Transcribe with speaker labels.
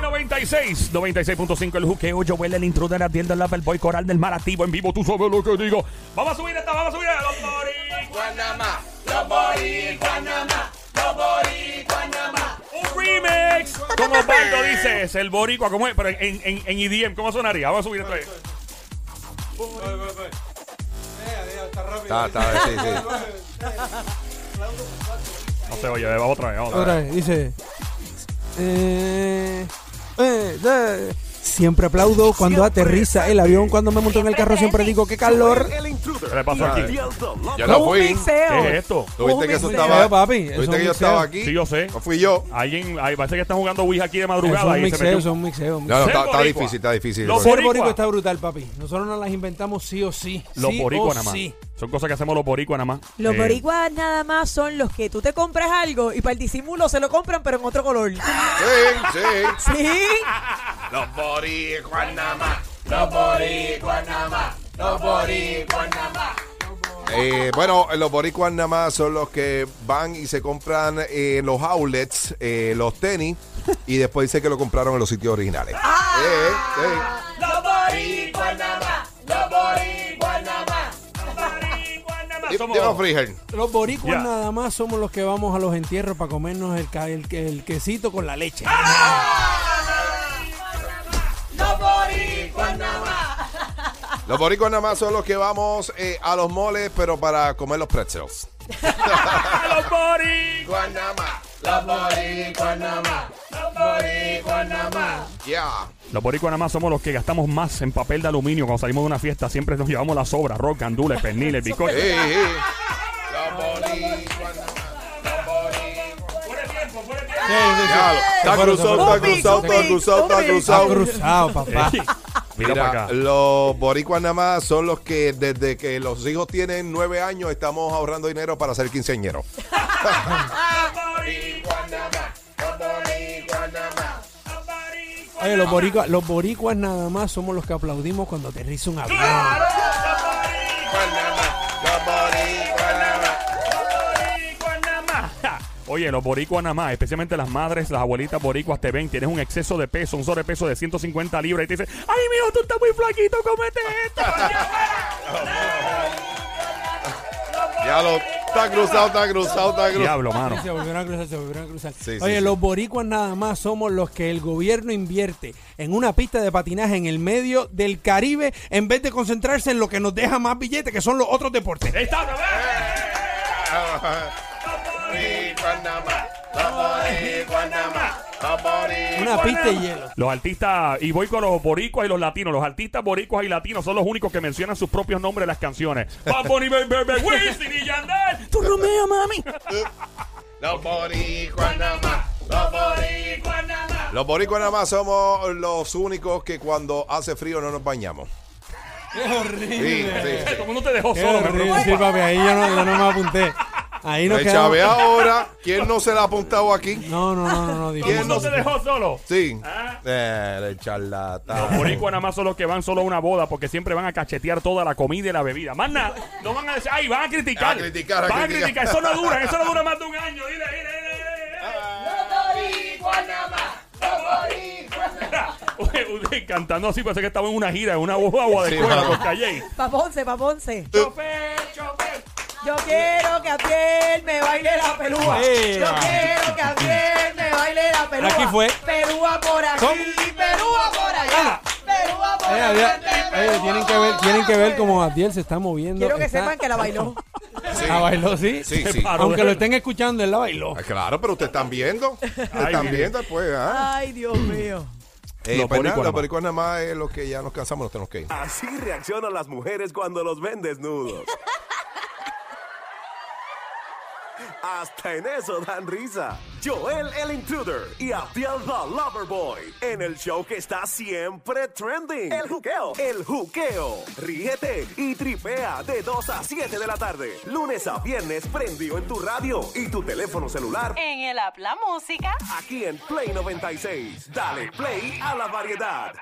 Speaker 1: 96, 96.5 el juqueo. Yo huele el intruder la tienda la Boy Coral del Marativo en vivo. Tú sabes lo que digo. Vamos a subir esta, vamos a subir. Los boricuas nada más, los boricuas nada más, los boricuas nada más. Un remix. Como Osvaldo dice, es el boricua. ¿Cómo es? Pero en, en, en EDM, ¿cómo sonaría? Vamos a subir esto ahí.
Speaker 2: Voy, voy, voy. Eh, adiós, está rápido.
Speaker 3: Está, está, sí, sí.
Speaker 1: No se oye, vamos otra vez, vamos otra
Speaker 4: Otra
Speaker 1: vez.
Speaker 4: vez, dice. eh, eh, eh. Siempre aplaudo cuando aterriza el avión, cuando me monto en el carro, siempre digo qué calor.
Speaker 5: El intruder.
Speaker 1: ¿Qué le pasó
Speaker 3: Otra
Speaker 1: aquí?
Speaker 3: vez. Yo
Speaker 4: No,
Speaker 3: no
Speaker 4: un
Speaker 3: fui.
Speaker 1: ¿Qué es
Speaker 4: mixeo.
Speaker 1: esto?
Speaker 3: ¿Tú viste que eso estaba?
Speaker 4: mixeo, papi,
Speaker 3: ¿Tú
Speaker 4: eso es
Speaker 3: viste que
Speaker 4: un
Speaker 3: yo estaba
Speaker 4: mixeo.
Speaker 3: aquí?
Speaker 1: Sí, yo sé.
Speaker 3: No fui yo.
Speaker 1: Alguien, ahí parece que está jugando Ouija aquí de
Speaker 4: Eso
Speaker 1: madrugada
Speaker 4: es un
Speaker 1: y se metió
Speaker 4: mixeo,
Speaker 1: un-
Speaker 4: eso es un mixeo. un
Speaker 3: No, no,
Speaker 4: mixeo.
Speaker 3: está,
Speaker 1: Ser
Speaker 3: está
Speaker 1: boricua.
Speaker 3: difícil, está difícil.
Speaker 1: Los
Speaker 3: Pero-
Speaker 4: Ser
Speaker 1: boricua.
Speaker 4: boricua está brutal, papi. Nosotros nos las inventamos sí o sí.
Speaker 1: Los
Speaker 4: sí o
Speaker 1: boricuas nada más.
Speaker 4: sí.
Speaker 1: Son cosas que hacemos los boricuas nada más.
Speaker 6: Los
Speaker 1: Eh,
Speaker 6: boricuas nada más son los que tú te compras algo y para el disimulo se lo compran, pero en otro color.
Speaker 3: Sí, sí.
Speaker 6: Sí.
Speaker 3: Los boricuas nada más. Eh, bueno, los boricuas nada más son los que van y se compran eh, los outlets, eh, los tenis, y después dicen que lo compraron en los sitios originales. Eh, eh.
Speaker 1: somos-
Speaker 3: Dime, Friger.
Speaker 4: Los boricuas
Speaker 1: Ya.
Speaker 4: nada más somos los que vamos a los entierros para comernos el, ca- el, el quesito con la leche.
Speaker 1: Ah,
Speaker 3: Los boricuas nada más son los que vamos eh, a los moles, pero para comer los pretzels.
Speaker 1: ¡Ah, los boricuas!
Speaker 3: Yeah.
Speaker 1: Los boricuas nada más somos los que gastamos más en papel de aluminio cuando salimos de una fiesta. Siempre nos llevamos las sobras, rock, candules, perniles, bizcochos.
Speaker 3: Eh, eh. Diablo. Está cruzado, está
Speaker 6: Pupi,
Speaker 3: cruzado, está
Speaker 6: pupi,
Speaker 3: cruzado, está
Speaker 6: pupi.
Speaker 4: Está
Speaker 3: cruzado.
Speaker 4: cruzado, papá.
Speaker 1: Mira para
Speaker 3: Mira,
Speaker 1: acá.
Speaker 3: los boricuas nada más son los que desde que los hijos tienen nueve años estamos ahorrando dinero para ser quinceañero.
Speaker 4: Oye, los boricuas, los boricuas nada más somos los que aplaudimos cuando aterriza un avión.
Speaker 1: Oye, los boricuas nada más, especialmente las madres, las abuelitas boricuas te ven, tienes un exceso de peso, un sobrepeso de 150 libras y te dicen, ay, mijo, tú estás muy flaquito, cómete esto.
Speaker 3: Ya lo está cruzado, está cruzado, está cruzado.
Speaker 1: Diablo, mano.
Speaker 4: Se volvieron a cruzar, se volvieron a cruzar.
Speaker 3: Sí, sí,
Speaker 4: Oye,
Speaker 3: sí.
Speaker 4: los boricuas nada más somos los que el gobierno invierte en una pista de patinaje en el medio del Caribe en vez de concentrarse en lo que nos deja más billetes, que son los otros deportes.
Speaker 1: Ahí está, otra vez.
Speaker 4: Una pista de hielo.
Speaker 1: Los artistas, y voy con los boricuas y los latinos. Los artistas boricuas y latinos son los únicos que mencionan sus propios nombres en las canciones. Bad Bunny, Baby, Baby, Wisin y Yandel.
Speaker 6: Tu Romeo, mami.
Speaker 1: Eh,
Speaker 3: Los boricuas nada más somos los únicos que cuando hace frío no nos bañamos.
Speaker 4: Es horrible.
Speaker 3: Sí, sí, sí.
Speaker 1: Todo el mundo te dejó
Speaker 4: Qué
Speaker 1: solo, me
Speaker 4: horrible.
Speaker 1: preocupa.
Speaker 4: Sí, papi, ahí yo no, yo no me apunté. Ahí nos
Speaker 3: Me
Speaker 4: quedamos.
Speaker 3: chavé ahora. ¿Quién no se la ha apuntado aquí?
Speaker 4: No, no, no, no, no.
Speaker 1: Todo el
Speaker 4: dijimos-
Speaker 1: mundo te dejó solo.
Speaker 3: Sí.
Speaker 1: Ah.
Speaker 3: Eh, el charlatán.
Speaker 1: Los boricuas nada más son los que van solo a una boda porque siempre van a cachetear toda la comida y la bebida. Más nada, no van a decir, ay, van a criticar.
Speaker 3: A criticar, a
Speaker 1: van
Speaker 3: criticar.
Speaker 1: a criticar. Eso no dura, eso no dura más de un año. Dile, dile, dile. Los boricuas nada más. Cantando así, parece que estaba en una gira, en una boda de
Speaker 3: Sí,
Speaker 1: escuela
Speaker 3: mano.
Speaker 1: por calle.
Speaker 6: Pa' Ponce, pa' Ponce.
Speaker 1: Chofer, chofer.
Speaker 6: Yo quiero que Abiel me baile la pelúa.
Speaker 4: Eh,
Speaker 6: Yo
Speaker 4: va.
Speaker 6: quiero que Abiel me baile la pelúa.
Speaker 4: Aquí fue.
Speaker 6: Pelúa por aquí,
Speaker 4: ¿Cómo? Ah.
Speaker 6: pelúa por allá. Pelúa por
Speaker 4: Eh,
Speaker 6: allá.
Speaker 4: había- oye, tienen que ver, tienen que ver cómo Abdiel se está moviendo.
Speaker 6: Quiero que
Speaker 4: está-
Speaker 6: sepan que la bailó.
Speaker 4: La bailó, sí.
Speaker 3: Sí, sí.
Speaker 1: Paro,
Speaker 4: Aunque
Speaker 1: de-
Speaker 4: lo estén escuchando, él la bailó.
Speaker 3: Ah, Claro, pero ustedes están viendo. Ustedes
Speaker 1: Ay,
Speaker 3: están
Speaker 1: mire.
Speaker 3: viendo, pues. ah.
Speaker 6: Ay, Dios mío.
Speaker 3: Eh,
Speaker 1: Los
Speaker 3: pues
Speaker 1: boricuas
Speaker 3: nada,
Speaker 1: nada
Speaker 3: los
Speaker 1: más.
Speaker 3: boricuas nada más es los que ya nos cansamos, nos tenemos que ir.
Speaker 5: Así reaccionan las mujeres cuando los ven desnudos. Hasta en eso dan risa. Joel el Intruder y Abdiel the Loverboy en el show que está siempre trending. El juqueo. El juqueo. Ríete y tripea de 2 a 7 de la tarde. Lunes a viernes prendido en tu radio y tu teléfono celular
Speaker 7: En el app La Música.
Speaker 5: aquí en Play 96. Dale play a la variedad.